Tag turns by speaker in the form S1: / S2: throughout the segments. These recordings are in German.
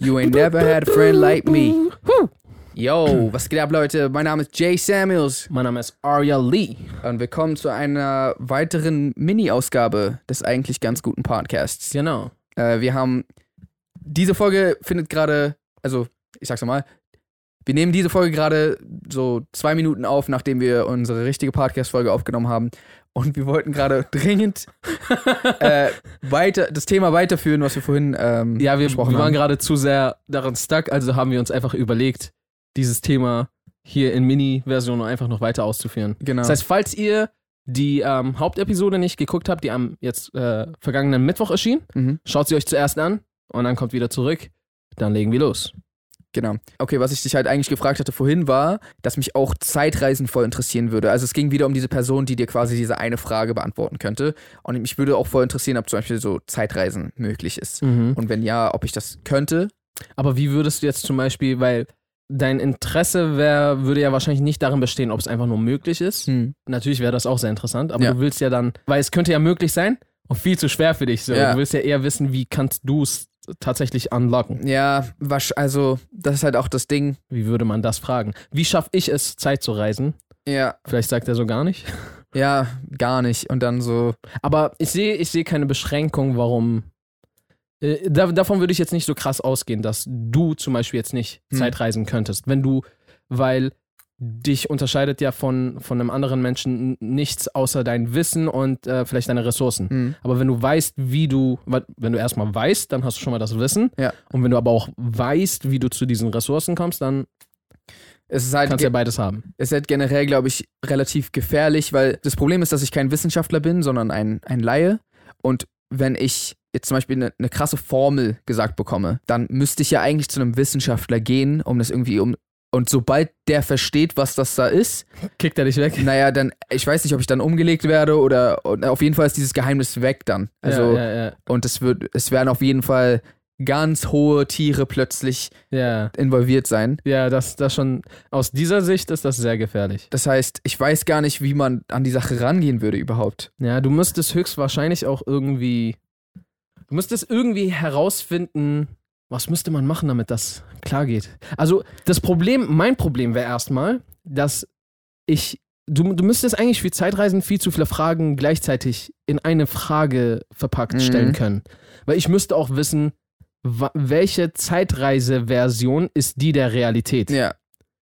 S1: You ain't never had a friend like me. Yo, was geht ab, Leute? Mein Name ist Jay Samuels
S2: Mein Name ist Arya Lee.
S1: und willkommen zu einer weiteren Mini-Ausgabe des eigentlich ganz guten Podcasts.
S2: Genau.
S1: Äh, wir haben diese Folge findet gerade, also ich sag's nochmal, wir nehmen diese Folge gerade so zwei Minuten auf, nachdem wir unsere richtige Podcast-Folge aufgenommen haben. Und wir wollten gerade dringend äh, weiter, das Thema weiterführen, was wir vorhin ähm,
S2: Ja, wir, wir
S1: besprochen
S2: waren
S1: haben.
S2: gerade zu sehr daran stuck, also haben wir uns einfach überlegt, dieses Thema hier in Mini-Version einfach noch weiter auszuführen.
S1: Genau.
S2: Das heißt, falls ihr die ähm, Hauptepisode nicht geguckt habt, die am jetzt äh, vergangenen Mittwoch erschien,
S1: mhm.
S2: schaut sie euch zuerst an und dann kommt wieder zurück. Dann legen wir los.
S1: Genau. Okay, was ich dich halt eigentlich gefragt hatte vorhin war, dass mich auch Zeitreisen voll interessieren würde. Also es ging wieder um diese Person, die dir quasi diese eine Frage beantworten könnte. Und mich würde auch voll interessieren, ob zum Beispiel so Zeitreisen möglich ist.
S2: Mhm.
S1: Und wenn ja, ob ich das könnte.
S2: Aber wie würdest du jetzt zum Beispiel, weil dein Interesse wär, würde ja wahrscheinlich nicht darin bestehen, ob es einfach nur möglich ist. Natürlich wäre das auch sehr interessant, aber
S1: Hm. Ja.
S2: du willst ja dann, weil es könnte ja möglich sein und viel zu schwer für dich. So.
S1: Ja.
S2: Du willst ja eher wissen, wie kannst du es tatsächlich unlocken?
S1: Ja, wasch, also das ist halt auch das Ding.
S2: Wie würde man das fragen? Wie schaffe ich es, Zeit zu reisen?
S1: Ja,
S2: Vielleicht sagt er so gar nicht.
S1: ja, gar nicht. Und dann so,
S2: Aber ich sehe ich sehe keine Beschränkung, warum. Äh, da, davon würde ich jetzt nicht so krass ausgehen, dass du zum Beispiel jetzt nicht
S1: Hm.
S2: Zeitreisen könntest. Wenn du, weil dich unterscheidet ja von, von einem anderen Menschen n- nichts außer dein Wissen und äh, vielleicht deine Ressourcen.
S1: hm,
S2: Aber wenn du weißt, wie du, wa- wenn du erstmal weißt, dann hast du schon mal das Wissen.
S1: Ja.
S2: Und wenn du aber auch weißt, wie du zu diesen Ressourcen kommst,
S1: Also
S2: dann
S1: es ist halt
S2: kannst du ja beides haben.
S1: ist halt generell, glaube ich, relativ gefährlich, weil das Problem ist, dass ich kein Wissenschaftler bin, sondern ein, ein Laie. Und wenn ich jetzt zum Beispiel eine, eine krasse Formel gesagt bekomme, dann müsste ich ja eigentlich zu einem Wissenschaftler gehen, um das irgendwie um. Und sobald der versteht, was das da ist,
S2: Kickt er dich weg?
S1: naja, dann, ich weiß nicht, ob ich dann umgelegt werde oder und auf jeden Fall ist dieses Geheimnis weg dann. Also,
S2: ja, ja,
S1: und es wird, es werden auf jeden Fall ganz hohe Tiere plötzlich
S2: ja. ja.
S1: involviert sein.
S2: Ja, das, das schon, aus dieser Sicht ist das sehr gefährlich.
S1: Das heißt, ich weiß gar nicht, wie man an die Sache rangehen würde überhaupt.
S2: Ja, du müsstest höchstwahrscheinlich auch irgendwie, du müsstest irgendwie herausfinden, was müsste man machen, damit das klar geht. Also das Problem, mein Problem wäre erstmal, dass ich, du, du müsstest eigentlich für Zeitreisen viel zu viele Fragen gleichzeitig in eine Frage verpackt
S1: Mhm.
S2: stellen können. Weil ich müsste auch wissen, wa- welche Zeitreiseversion ist die der Realität?
S1: Ja,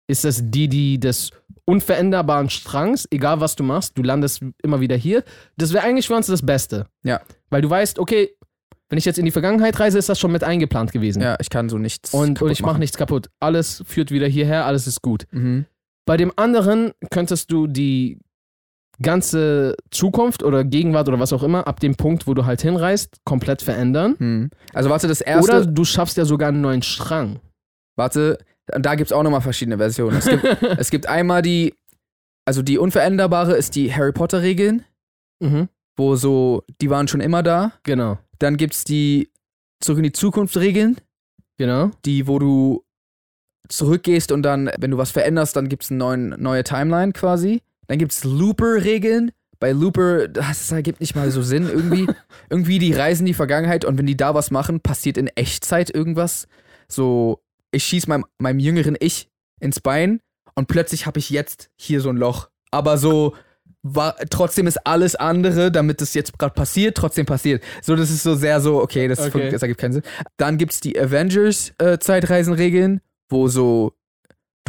S2: ist das die, die des unveränderbaren Strangs, egal was du machst, du landest immer wieder hier. Das wäre eigentlich für uns das Beste.
S1: Ja.
S2: Weil du weißt, okay, wenn ich jetzt in die Vergangenheit reise, ist das schon mit eingeplant gewesen.
S1: Ja, ich kann so nichts.
S2: Hm. und, und
S1: kaputt
S2: ich mache nichts kaputt. Alles führt wieder hierher, alles ist gut.
S1: Mhm.
S2: Bei dem anderen könntest du die ganze Zukunft oder Gegenwart oder was auch immer ab dem Punkt, wo du halt hinreist, komplett verändern.
S1: Hm. Also warte, das erste.
S2: Oder du schaffst ja sogar einen neuen Strang.
S1: warte, und da gibt es auch nochmal verschiedene Versionen. Es gibt, es gibt einmal die, also die unveränderbare ist die Harry Potter-Regeln,
S2: Mhm.
S1: wo so, die waren schon immer da.
S2: Genau.
S1: Dann gibt es die Zurück in die Zukunft-Regeln,
S2: Genau.
S1: die, wo du zurückgehst und dann, wenn du was veränderst, dann gibt es eine neue Timeline quasi. Dann gibt es Looper-Regeln. Bei Looper, das ergibt nicht mal so Sinn. Irgendwie, irgendwie die reisen in die Vergangenheit und wenn die da was machen, passiert in Echtzeit irgendwas. So, ich schieß meinem, meinem jüngeren Ich ins Bein und plötzlich habe ich jetzt hier so ein Loch. Aber so, war, trotzdem ist alles andere, damit es jetzt gerade passiert, trotzdem passiert. So, das ist so sehr so, okay, das,
S2: Okay.
S1: funkt- das ergibt keinen Sinn. Dann gibt es die äh, Avengers-Zeitreisenregeln, wo so,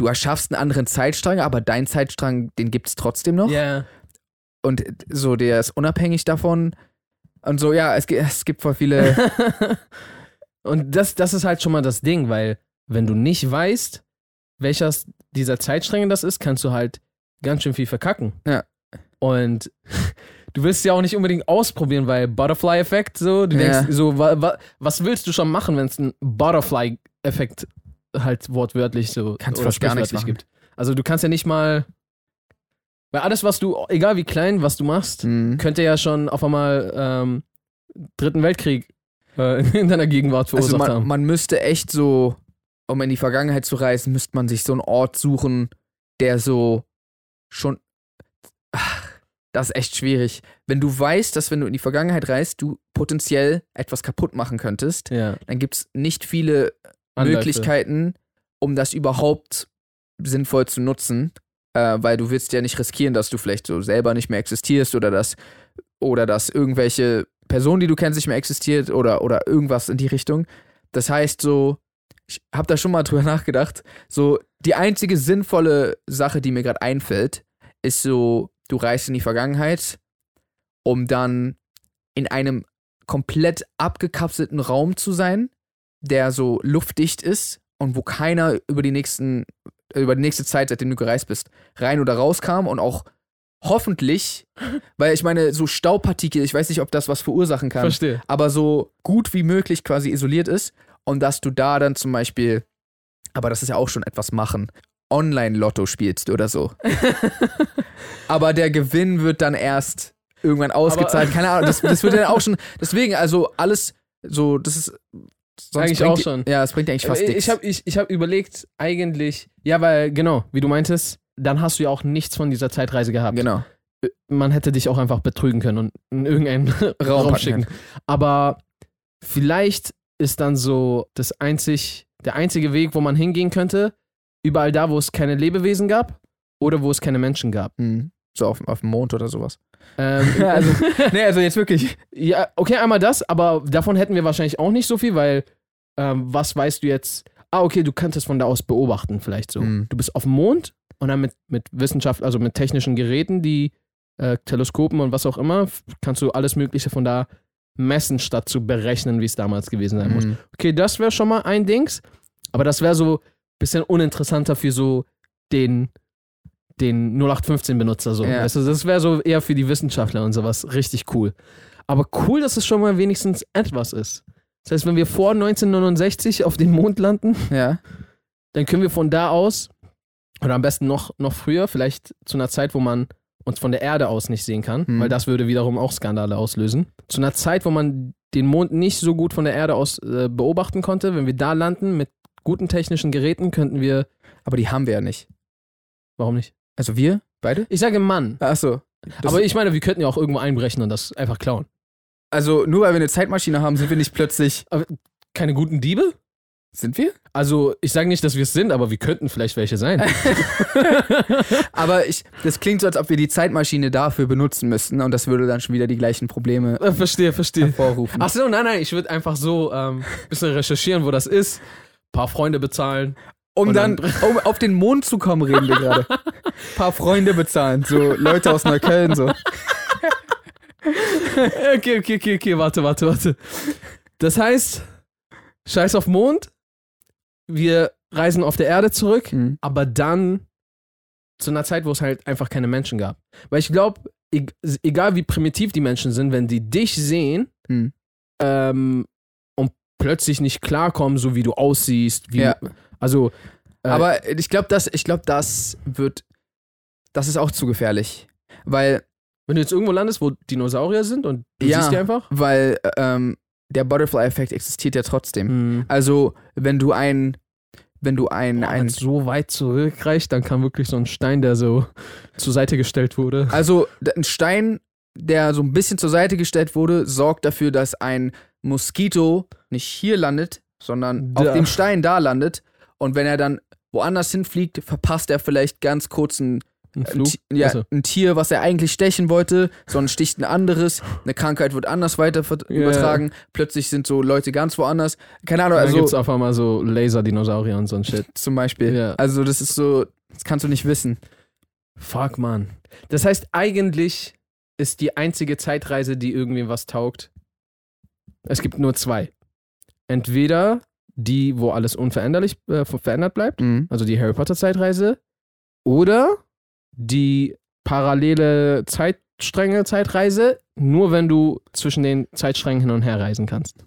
S1: du erschaffst einen anderen Zeitstrang, aber dein Zeitstrang, den gibt es trotzdem noch.
S2: Ja.
S1: Und so, der ist unabhängig davon. Und so, ja, es, gi- es gibt voll viele.
S2: Und das, das ist halt schon mal das Ding, weil wenn du nicht weißt, welcher dieser Zeitstränge das ist, kannst du halt ganz schön viel verkacken.
S1: Ja.
S2: Und du willst es ja auch nicht unbedingt ausprobieren, weil Butterfly-Effekt so, du
S1: Ja.
S2: denkst so, wa, wa, was willst du schon machen, wenn es einen Butterfly-Effekt halt wortwörtlich so
S1: Kannst
S2: oder
S1: fast gar nichts
S2: sprichwörtlich
S1: machen.
S2: gibt. Also du kannst ja nicht mal, weil alles, was du, egal wie klein, was du machst,
S1: Hm.
S2: könnte ja schon auf einmal ähm, Dritten Weltkrieg äh, in deiner Gegenwart
S1: Also
S2: verursacht
S1: man,
S2: haben.
S1: man müsste echt so, um in die Vergangenheit zu reisen, müsste man sich so einen Ort suchen, der so schon. Ach, Das ist echt schwierig. Wenn du weißt, dass wenn du in die Vergangenheit reist, du potenziell etwas kaputt machen könntest,
S2: Ja.
S1: dann gibt es nicht viele
S2: Anläufe.
S1: Möglichkeiten, um das überhaupt sinnvoll zu nutzen, äh, weil du willst ja nicht riskieren, dass du vielleicht so selber nicht mehr existierst oder dass oder dass irgendwelche Person, die du kennst, nicht mehr existiert oder oder irgendwas in die Richtung. Das heißt so, ich habe da schon mal drüber nachgedacht. So die einzige sinnvolle Sache, die mir gerade einfällt, ist so, du reist in die Vergangenheit, um dann in einem komplett abgekapselten Raum zu sein, der so luftdicht ist und wo keiner über die nächsten über die nächste Zeit, seitdem du gereist bist, rein oder rauskam und auch hoffentlich, weil ich meine, so Staubpartikel, ich weiß nicht, ob das was verursachen kann,
S2: Verstehe.
S1: aber so gut wie möglich quasi isoliert ist und dass du da dann zum Beispiel, aber das ist ja auch schon etwas machen, Online-Lotto spielst oder so. aber der Gewinn wird dann erst irgendwann ausgezahlt. Keine Ahnung, das, das wird dann auch schon, deswegen, also alles so, das ist sonst
S2: Eigentlich
S1: bringt
S2: auch
S1: die-
S2: schon. Äh,
S1: Ja, es bringt eigentlich fast nichts.
S2: ich habe ich, ich hab überlegt, eigentlich, ja, weil, genau, wie du meintest, dann hast du ja auch nichts von dieser Zeitreise gehabt.
S1: genau.
S2: Man hätte dich auch einfach betrügen können und in irgendeinen Raum,
S1: packen
S2: schicken. Aber vielleicht ist dann so das einzig, der einzige Weg, wo man hingehen könnte, überall da, wo es keine Lebewesen gab oder wo es keine Menschen gab.
S1: Mhm. So auf, auf dem Mond oder sowas.
S2: Ähm,
S1: Ja, also, nee, also jetzt wirklich.
S2: Ja, okay, einmal das, aber davon hätten wir wahrscheinlich auch nicht so viel, weil ähm, was weißt du jetzt? Ah, okay, du könntest von da aus beobachten, vielleicht so.
S1: Mhm.
S2: Du bist auf dem Mond und dann mit, mit Wissenschaft, also mit technischen Geräten, die äh, Teleskopen und was auch immer, f- kannst du alles Mögliche von da messen, statt zu berechnen, wie es damals gewesen sein muss.
S1: Mhm.
S2: Okay, das wäre schon mal ein Dings, aber das wäre so ein bisschen uninteressanter für so den, den 0815-Benutzer. So.
S1: Ja.
S2: Weißt du, das wäre so eher für die Wissenschaftler und sowas richtig cool. Aber cool, dass es schon mal wenigstens etwas ist. Das heißt, wenn wir vor 1969 auf dem Mond landen,
S1: Ja.
S2: dann können wir von da aus, oder am besten noch, noch früher, vielleicht zu einer Zeit, wo man uns von der Erde aus nicht sehen kann,
S1: Hm.
S2: weil das würde wiederum auch Skandale auslösen. Zu einer Zeit, wo man den Mond nicht so gut von der Erde aus äh, beobachten konnte, wenn wir da landen mit guten technischen Geräten, könnten wir,
S1: Aber die haben wir ja nicht.
S2: warum nicht?
S1: Also wir beide?
S2: Ich sage Mann,
S1: Achso.
S2: aber ich meine, wir könnten ja auch irgendwo einbrechen und das einfach klauen.
S1: Also nur weil wir eine Zeitmaschine haben, sind wir nicht plötzlich.
S2: Keine guten Diebe?
S1: Sind wir?
S2: Also, ich sage nicht, dass wir es sind, aber wir könnten vielleicht welche sein.
S1: Aber ich, das klingt so, als ob wir die Zeitmaschine dafür benutzen müssten und das würde dann schon wieder die gleichen Probleme
S2: Äh, verstehe, verstehe.
S1: hervorrufen.
S2: Ach so, nein, nein, ich würde einfach so ein ähm, bisschen recherchieren, wo das ist. Paar Freunde bezahlen.
S1: um
S2: und
S1: dann,
S2: dann-
S1: um auf den Mond zu kommen, reden wir gerade. paar Freunde bezahlen, so Leute aus Neukölln, so.
S2: Äh, Okay, okay, okay, okay, warte, warte, warte. Das heißt, scheiß auf Mond. Wir reisen auf der Erde zurück,
S1: Mhm.
S2: aber dann zu einer Zeit, wo es halt einfach keine Menschen gab. Weil ich glaube, egal wie primitiv die Menschen sind, wenn die dich sehen
S1: Mhm.
S2: ähm, und plötzlich nicht klarkommen, so wie du aussiehst, wie
S1: Ja.
S2: also Äh,
S1: Aber ich glaube, das, ich glaube, das wird, das ist auch zu gefährlich, weil
S2: Wenn du jetzt irgendwo landest, wo Dinosaurier sind und du
S1: Ja.
S2: siehst die einfach?
S1: weil ähm, der Butterfly-Effekt existiert ja trotzdem. Also, wenn du ein, wenn du ein,
S2: Wenn
S1: ein
S2: es so weit zurückreicht, dann kam wirklich so ein Stein, der so zur Seite gestellt wurde.
S1: also d- ein Stein, der so ein bisschen zur Seite gestellt wurde, sorgt dafür, dass ein Moskito nicht hier landet, sondern auf
S2: Da.
S1: dem Stein da landet. Und wenn er dann woanders hinfliegt, verpasst er vielleicht ganz kurz ein,
S2: Ein
S1: ein,
S2: Flug.
S1: Ti- ja,
S2: Also,
S1: ein Tier, was er eigentlich stechen wollte, sondern sticht ein anderes. Eine Krankheit wird anders weiter ver-
S2: Ja.
S1: übertragen. Plötzlich sind so Leute ganz woanders. Keine Ahnung,
S2: dann
S1: also
S2: gibt's auf einmal so Laser-Dinosaurier und so ein Shit.
S1: zum Beispiel.
S2: Ja.
S1: Also das ist so, das kannst du nicht wissen.
S2: Fuck, Mann. Das heißt, eigentlich ist die einzige Zeitreise, die irgendwie was taugt. Es gibt nur zwei. Entweder die, wo alles unveränderlich äh, verändert bleibt.
S1: Mhm.
S2: also die Harry Potter Zeitreise, oder die parallele Zeitstränge Zeitreise, nur wenn du zwischen den Zeitsträngen hin und her reisen kannst.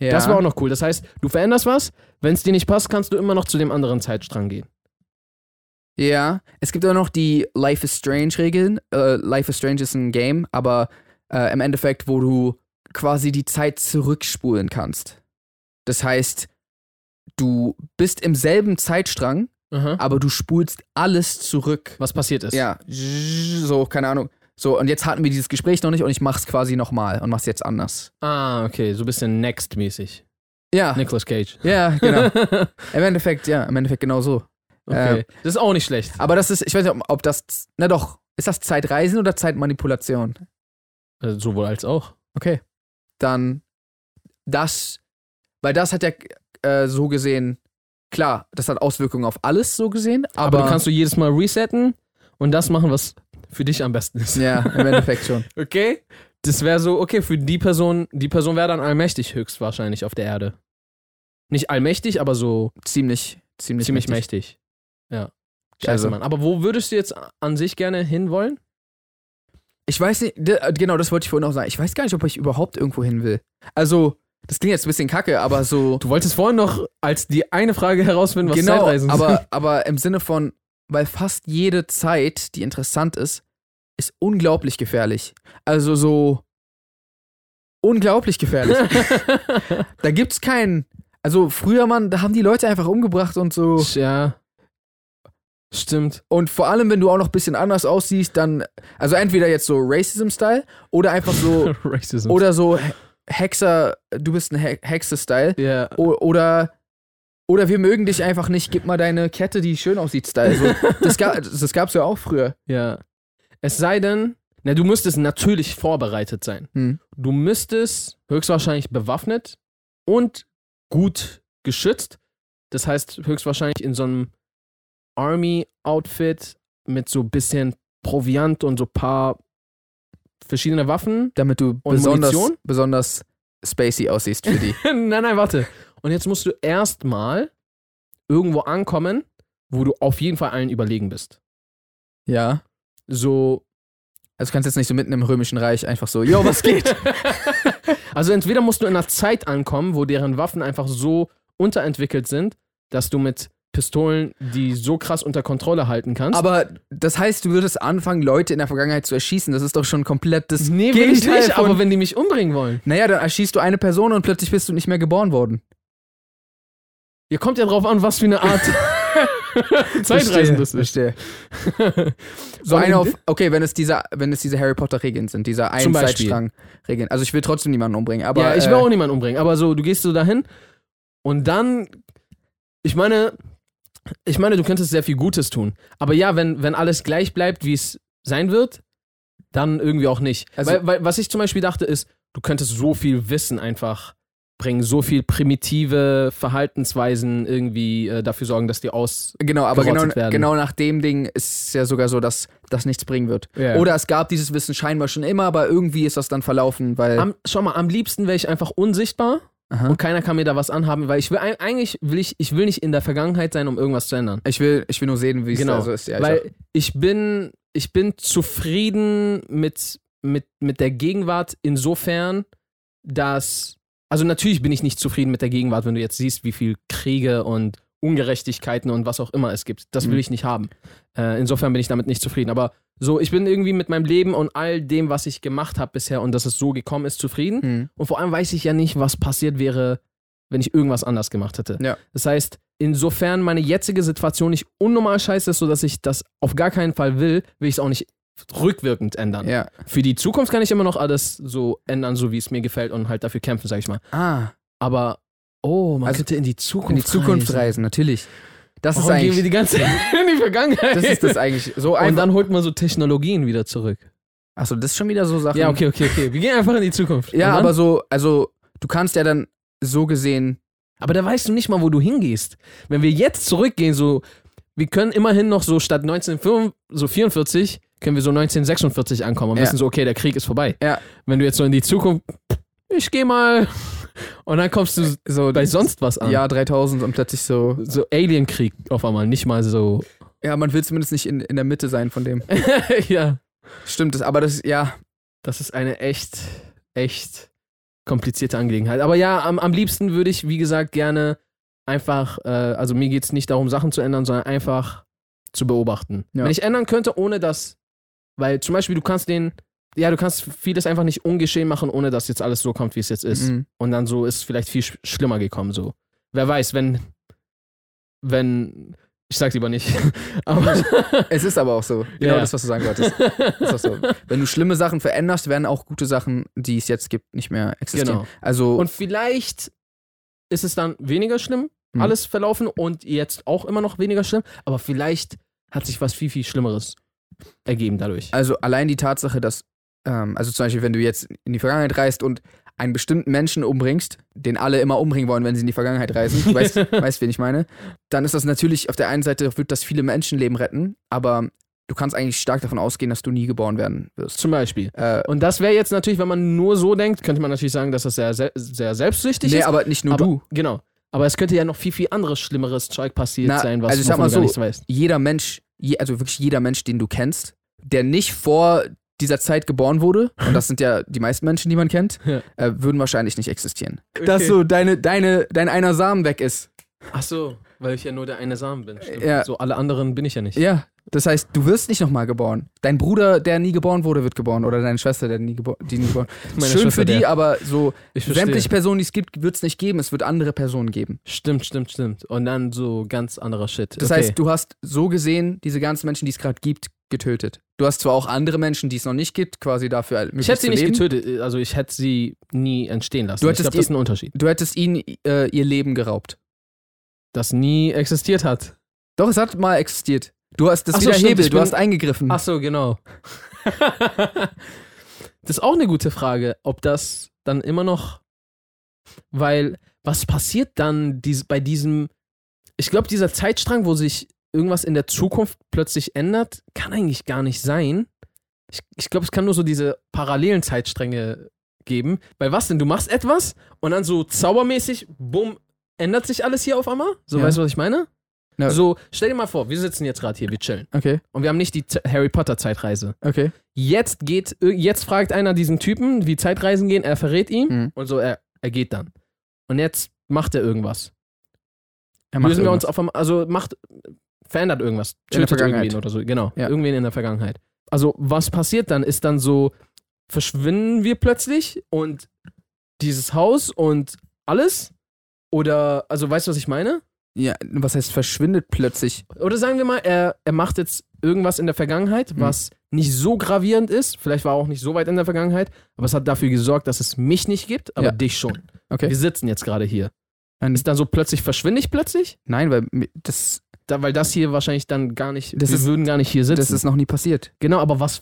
S1: Ja.
S2: Das war auch noch cool. Das heißt, du veränderst was, wenn es dir nicht passt, kannst du immer noch zu dem anderen Zeitstrang gehen.
S1: Ja, es gibt auch noch die Life is Strange-Regeln. Äh, Life is Strange ist ein Game, aber äh, im Endeffekt, wo du quasi die Zeit zurückspulen kannst. Das heißt, du bist im selben Zeitstrang, aber du spulst alles zurück.
S2: Was passiert ist.
S1: Ja, so, keine Ahnung. So, und jetzt hatten wir dieses Gespräch noch nicht und ich mach's quasi nochmal und mach's jetzt anders.
S2: Ah, okay, so ein bisschen Next-mäßig.
S1: Ja.
S2: Nicolas Cage.
S1: Ja, genau. Im Endeffekt, ja, im Endeffekt genau so.
S2: Okay,
S1: Ähm,
S2: das ist auch nicht schlecht.
S1: Aber das ist, ich weiß nicht, ob, ob das, na doch, ist das Zeitreisen oder Zeitmanipulation?
S2: Also sowohl als auch.
S1: Okay. Dann das, weil das hat ja äh, so gesehen, klar, das hat Auswirkungen auf alles so gesehen,
S2: Aber,
S1: aber,
S2: du kannst du jedes Mal resetten und das machen, was für dich am besten ist.
S1: ja, im Endeffekt schon.
S2: Okay? Das wäre so, okay, für die Person, die Person wäre dann allmächtig höchstwahrscheinlich auf der Erde. Nicht allmächtig, aber so
S1: Ziemlich, ziemlich,
S2: ziemlich mächtig. Ja. Scheiße,
S1: Also-
S2: Mann. Aber wo würdest du jetzt an sich gerne hinwollen?
S1: Ich weiß nicht, d- äh, genau, das wollte ich vorhin auch sagen. Ich weiß gar nicht, ob ich überhaupt irgendwo hin will. Also, das klingt jetzt ein bisschen kacke, aber so.
S2: Du wolltest vorhin noch als die eine Frage herausfinden, was
S1: genau,
S2: Zeitreisen sind.
S1: aber, aber im Sinne von, weil fast jede Zeit, die interessant ist, ist unglaublich gefährlich. Also so unglaublich gefährlich. da gibt's keinen. Also früher, Mann, da haben die Leute einfach umgebracht und so.
S2: Ja. Stimmt.
S1: Und vor allem, wenn du auch noch ein bisschen anders aussiehst, dann, also entweder jetzt so Racism-Style oder einfach so,
S2: Racism.
S1: Oh. oder so He- Hexer, du bist ein He Hexe-Style.
S2: ja.
S1: O oder, oder wir mögen dich einfach nicht, gib mal deine Kette, die schön aussieht, Style. So, das ga das gab's ja auch früher.
S2: Ja. Es sei denn, na, du müsstest natürlich vorbereitet sein.
S1: Hm.
S2: Du müsstest höchstwahrscheinlich bewaffnet und gut geschützt. Das heißt, höchstwahrscheinlich in so einem Army-Outfit mit so bisschen Proviant und so paar verschiedene Waffen.
S1: Damit du
S2: Und
S1: besonders,
S2: Munition?
S1: besonders spacey aussiehst für die.
S2: nein, nein, warte. Und jetzt musst du erstmal irgendwo ankommen, wo du auf jeden Fall allen überlegen bist.
S1: ja.
S2: So,
S1: Also du kannst jetzt nicht so mitten im Römischen Reich einfach so, yo, was geht?
S2: Also entweder musst du in einer Zeit ankommen, wo deren Waffen einfach so unterentwickelt sind, dass du mit Pistolen die so krass unter Kontrolle halten kannst.
S1: Aber das heißt, du würdest anfangen, Leute in der Vergangenheit zu erschießen. Das ist doch schon komplett das
S2: nee, will ich
S1: Gegenteil
S2: nicht,
S1: von...
S2: aber wenn die mich umbringen wollen.
S1: naja, dann erschießt du eine Person und plötzlich bist du nicht mehr geboren worden.
S2: Ihr kommt ja drauf an, was für eine Art Zeitreisen das ist.
S1: Verstehe. So
S2: Sondern-
S1: eine auf, okay, wenn es diese, wenn es diese Harry Potter Regeln sind, diese
S2: Zum Beispiel.
S1: Einzeitstrang-Regeln. Also ich will trotzdem niemanden umbringen, aber
S2: ja, ich
S1: äh,
S2: will auch niemanden umbringen, aber so, du gehst so dahin und dann, ich meine, ich meine, du könntest sehr viel Gutes tun. Aber ja, wenn, wenn alles gleich bleibt, wie es sein wird, dann irgendwie auch nicht.
S1: Also-
S2: weil, weil, was ich zum Beispiel dachte, ist, du könntest so viel Wissen einfach bringen, so viel primitive Verhaltensweisen irgendwie äh, dafür sorgen, dass die aus.
S1: genau, aber genau,
S2: gerottet werden.
S1: genau nach dem Ding ist es ja sogar so, dass das nichts bringen wird.
S2: Ja.
S1: Oder es gab dieses Wissen scheinbar schon immer, aber irgendwie ist das dann verlaufen, weil
S2: Am, schau mal, am liebsten wäre ich einfach unsichtbar
S1: Aha.
S2: und keiner kann mir da was anhaben, weil ich will ein- eigentlich will ich, ich will nicht in der Vergangenheit sein, um irgendwas zu ändern.
S1: ich will, ich will nur sehen, wie es
S2: Genau,
S1: da so ist. Ja, ich auch.
S2: Weil ich bin, ich bin zufrieden mit, mit, mit der Gegenwart insofern, dass. Also natürlich bin ich nicht zufrieden mit der Gegenwart, wenn du jetzt siehst, wie viel Kriege und Ungerechtigkeiten und was auch immer es gibt. Das will
S1: Mhm.
S2: ich nicht haben. Äh, insofern bin ich damit nicht zufrieden. Aber so, ich bin irgendwie mit meinem Leben und all dem, was ich gemacht habe bisher und dass es so gekommen ist, zufrieden.
S1: Hm.
S2: Und vor allem weiß ich ja nicht, was passiert wäre, wenn ich irgendwas anders gemacht hätte.
S1: Ja.
S2: Das heißt, insofern meine jetzige Situation nicht unnormal scheiße ist, sodass ich das auf gar keinen Fall will, will ich es auch nicht rückwirkend ändern.
S1: ja.
S2: Für die Zukunft kann ich immer noch alles so ändern, so wie es mir gefällt und halt dafür kämpfen, sag ich mal.
S1: Ah,
S2: Aber, oh, man
S1: Also,
S2: könnte in die Zukunft
S1: in die Zukunft
S2: reisen.
S1: reisen, natürlich. Das
S2: Warum
S1: ist
S2: gehen wir
S1: eigentlich,
S2: die ganze in die Vergangenheit?
S1: das ist das eigentlich so
S2: und
S1: einfach.
S2: dann holt man so Technologien wieder zurück.
S1: Achso, das ist schon wieder so Sachen.
S2: Ja, okay, okay, okay. Wir gehen einfach in die Zukunft.
S1: Ja,
S2: Und dann-
S1: aber so, also du kannst ja dann so gesehen
S2: Aber da weißt du nicht mal, wo du hingehst. Wenn wir jetzt zurückgehen, so, wir können immerhin noch so statt 1944, können wir so 1946 ankommen und
S1: Ja.
S2: wissen so, okay, der Krieg ist vorbei.
S1: Ja.
S2: Wenn du jetzt so in die Zukunft, ich geh mal und dann kommst du
S1: so
S2: bei sonst was an.
S1: Jahr 3000 und plötzlich so.
S2: So Alien-Krieg auf einmal, nicht mal so.
S1: Ja, man will zumindest nicht in, in der Mitte sein von dem.
S2: ja.
S1: Stimmt das, aber das, ja.
S2: Das ist eine echt, echt komplizierte Angelegenheit. Aber ja, am, am liebsten würde ich, wie gesagt, gerne einfach, äh, also mir geht es nicht darum, Sachen zu ändern, sondern einfach zu beobachten.
S1: Ja.
S2: Wenn ich ändern könnte, ohne dass, weil zum Beispiel du kannst den, ja, du kannst vieles einfach nicht ungeschehen machen, ohne dass jetzt alles so kommt, wie es jetzt ist.
S1: Mhm.
S2: Und dann so ist es vielleicht viel sch schlimmer gekommen, so. Wer weiß, wenn, wenn Ich sag's lieber nicht. Aber
S1: Es ist aber auch so. Genau
S2: Ja.
S1: das, was du sagen wolltest. ist auch so. Wenn du schlimme Sachen veränderst, werden auch gute Sachen, die es jetzt gibt, nicht mehr existieren.
S2: Genau.
S1: Also,
S2: Und vielleicht ist es dann weniger schlimm,
S1: Mhm.
S2: alles verlaufen und jetzt auch immer noch weniger schlimm, aber vielleicht hat sich was viel, viel Schlimmeres ergeben dadurch.
S1: also allein die Tatsache, dass, ähm, also zum Beispiel, wenn du jetzt in die Vergangenheit reist und einen bestimmten Menschen umbringst, den alle immer umbringen wollen, wenn sie in die Vergangenheit reisen, du weißt, weißt, wen ich meine, dann ist das natürlich, auf der einen Seite wird das viele Menschenleben retten, aber du kannst eigentlich stark davon ausgehen, dass du nie geboren werden wirst.
S2: Zum Beispiel.
S1: Äh,
S2: Und das wäre jetzt natürlich, wenn man nur so denkt, könnte man natürlich sagen, dass das sehr, sehr, sehr selbstsüchtig
S1: nee,
S2: ist.
S1: aber nicht nur
S2: aber-
S1: du.
S2: Genau. Aber es könnte ja noch viel, viel anderes schlimmeres Zeug passiert
S1: Na,
S2: sein, was
S1: also ich sag
S2: wovon
S1: mal
S2: du gar
S1: so,
S2: nichts weißt.
S1: jeder Mensch, je, also wirklich jeder Mensch, den du kennst, der nicht vor dieser Zeit geboren wurde, und das sind ja die meisten Menschen, die man kennt,
S2: Ja.
S1: äh, würden wahrscheinlich nicht existieren.
S2: Okay.
S1: Dass so deine, deine, dein einer Samen weg ist.
S2: Ach so, weil ich ja nur der eine Samen bin. Stimmt.
S1: Ja.
S2: So alle anderen bin ich ja nicht.
S1: Ja. Das heißt, du wirst nicht nochmal geboren. Dein Bruder, der nie geboren wurde, wird geboren. Oder deine Schwester, der nie geboren, die nie geboren.
S2: Meine
S1: Schön
S2: Schwester,
S1: für die,
S2: der-
S1: aber so
S2: Ich
S1: sämtliche Personen, die es gibt, wird es nicht geben. Es wird andere Personen geben.
S2: Stimmt, stimmt, stimmt. Und dann so ganz anderer Shit.
S1: Das
S2: okay.
S1: heißt, du hast so gesehen diese ganzen Menschen, die es gerade gibt, getötet. Du hast zwar auch andere Menschen, die es noch nicht gibt, quasi dafür
S2: ich
S1: möglichst
S2: hätte sie
S1: zu
S2: nicht
S1: leben.
S2: getötet, also ich hätte sie nie entstehen lassen.
S1: Du
S2: ich
S1: hättest
S2: glaube, das ist ein Unterschied.
S1: Du hättest ihnen äh, ihr Leben geraubt.
S2: Das nie existiert hat.
S1: Doch, es hat mal existiert. Du hast das
S2: Ach so,
S1: wieder
S2: stimmt,
S1: Hebel,
S2: ich
S1: du
S2: bin-
S1: hast eingegriffen.
S2: Ach so, genau. das ist auch eine gute Frage, ob das dann immer noch. Weil, was passiert dann dies, bei diesem. Ich glaube, dieser Zeitstrang, wo sich irgendwas in der Zukunft plötzlich ändert, kann eigentlich gar nicht sein. Ich, ich glaube, es kann nur so diese parallelen Zeitstränge geben. Weil was denn? Du machst etwas und dann so zaubermäßig, bumm, ändert sich alles hier auf einmal? So,
S1: Ja.
S2: weißt du, was ich meine?
S1: Ja.
S2: So, stell dir mal vor, wir sitzen jetzt gerade hier, wir chillen.
S1: Okay,
S2: Und wir haben nicht die Z Harry Potter Zeitreise.
S1: okay.
S2: Jetzt geht, äh, jetzt fragt einer diesen Typen, wie Zeitreisen gehen, er verrät ihm
S1: Mhm.
S2: und so, er, er geht dann. Und jetzt macht er irgendwas.
S1: Er
S2: Lösen wir uns
S1: irgendwas.
S2: auf einmal, also macht, verändert irgendwas.
S1: der
S2: Tötet
S1: Vergangenheit.
S2: irgendwen oder so, genau.
S1: Ja.
S2: Irgendwen in der Vergangenheit. Also, was passiert dann? Ist dann so, verschwinden wir plötzlich und dieses Haus und alles? Oder, also, weißt du, was ich meine?
S1: Ja, was heißt verschwindet plötzlich?
S2: Oder sagen wir mal, er, er macht jetzt irgendwas in der Vergangenheit,
S1: Mhm.
S2: was nicht so gravierend ist. Vielleicht war er auch nicht so weit in der Vergangenheit, aber es hat dafür gesorgt, dass es mich nicht gibt, aber
S1: Ja.
S2: dich schon.
S1: Okay.
S2: Wir sitzen jetzt gerade hier.
S1: Dann-
S2: ist dann so plötzlich verschwinde ich plötzlich?
S1: Nein, weil mi- das,
S2: Da, weil das hier wahrscheinlich dann gar nicht,
S1: Das
S2: wir
S1: ist-
S2: würden gar nicht hier sitzen.
S1: das ist noch nie passiert.
S2: genau, aber was,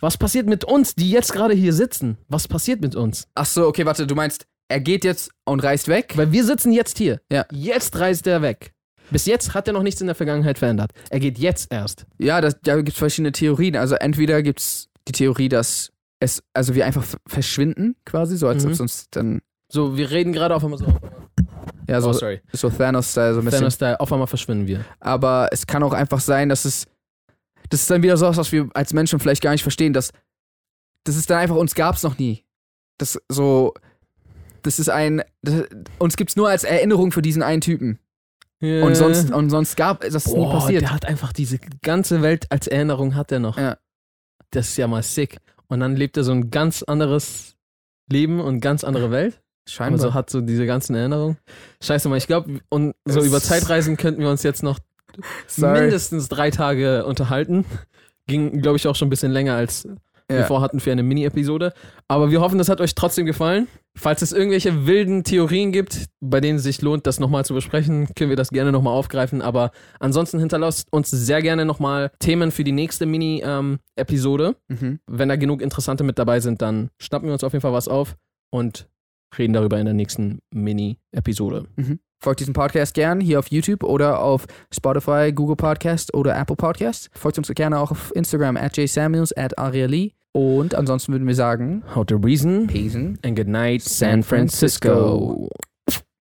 S2: was passiert mit uns, die jetzt gerade hier sitzen? Was passiert mit uns?
S1: Ach so, okay, warte, du meinst, er geht jetzt und reist weg?
S2: Weil wir sitzen jetzt hier.
S1: Ja.
S2: Jetzt reist er weg. Bis jetzt hat er noch nichts in der Vergangenheit verändert. Er geht jetzt erst.
S1: Ja, das, da gibt es verschiedene Theorien. Also entweder gibt es die Theorie, dass es, also wir einfach ver- verschwinden quasi, so als
S2: Mhm.
S1: ob es uns dann,
S2: So, wir reden gerade auf einmal so.
S1: ja, so,
S2: oh, sorry.
S1: so Thanos-Style so ein bisschen.
S2: Thanos-Style, auf einmal verschwinden wir.
S1: aber es kann auch einfach sein, dass es das ist dann wieder so was, was wir als Menschen vielleicht gar nicht verstehen, dass das ist dann einfach uns gab's noch nie. Das so das ist ein das, uns gibt's nur als Erinnerung für diesen einen Typen und sonst und sonst gab das ist nie
S2: Äh. Boah,
S1: passiert.
S2: der hat einfach diese ganze Welt als Erinnerung hat er noch.
S1: Ja.
S2: Das ist ja mal sick. Und dann lebt er so ein ganz anderes Leben und ganz andere Welt.
S1: Scheinbar.
S2: Also hat so diese ganzen Erinnerungen. Scheiße, mal, ich glaube, und so
S1: Es-
S2: über Zeitreisen könnten wir uns jetzt noch
S1: Sorry.
S2: mindestens drei Tage unterhalten. Ging, glaube ich, auch schon ein bisschen länger, als wir
S1: Ja.
S2: vorhatten für eine Mini-Episode. Aber wir hoffen, das hat euch trotzdem gefallen. Falls es irgendwelche wilden Theorien gibt, bei denen es sich lohnt, das nochmal zu besprechen, können wir das gerne nochmal aufgreifen. Aber ansonsten hinterlasst uns sehr gerne nochmal Themen für die nächste Mini-Episode.
S1: Mhm.
S2: Wenn da genug Interessante mit dabei sind, dann schnappen wir uns auf jeden Fall was auf und reden darüber in der nächsten Mini-Episode.
S1: Mhm. Folgt diesen Podcast gern hier auf YouTube oder auf Spotify, Google Podcast oder Apple Podcast. Folgt uns gerne auch auf Instagram at jsamuels at Arieli. Und ansonsten würden wir sagen,
S2: How to reason
S1: Peace.
S2: and good night,
S1: San Francisco.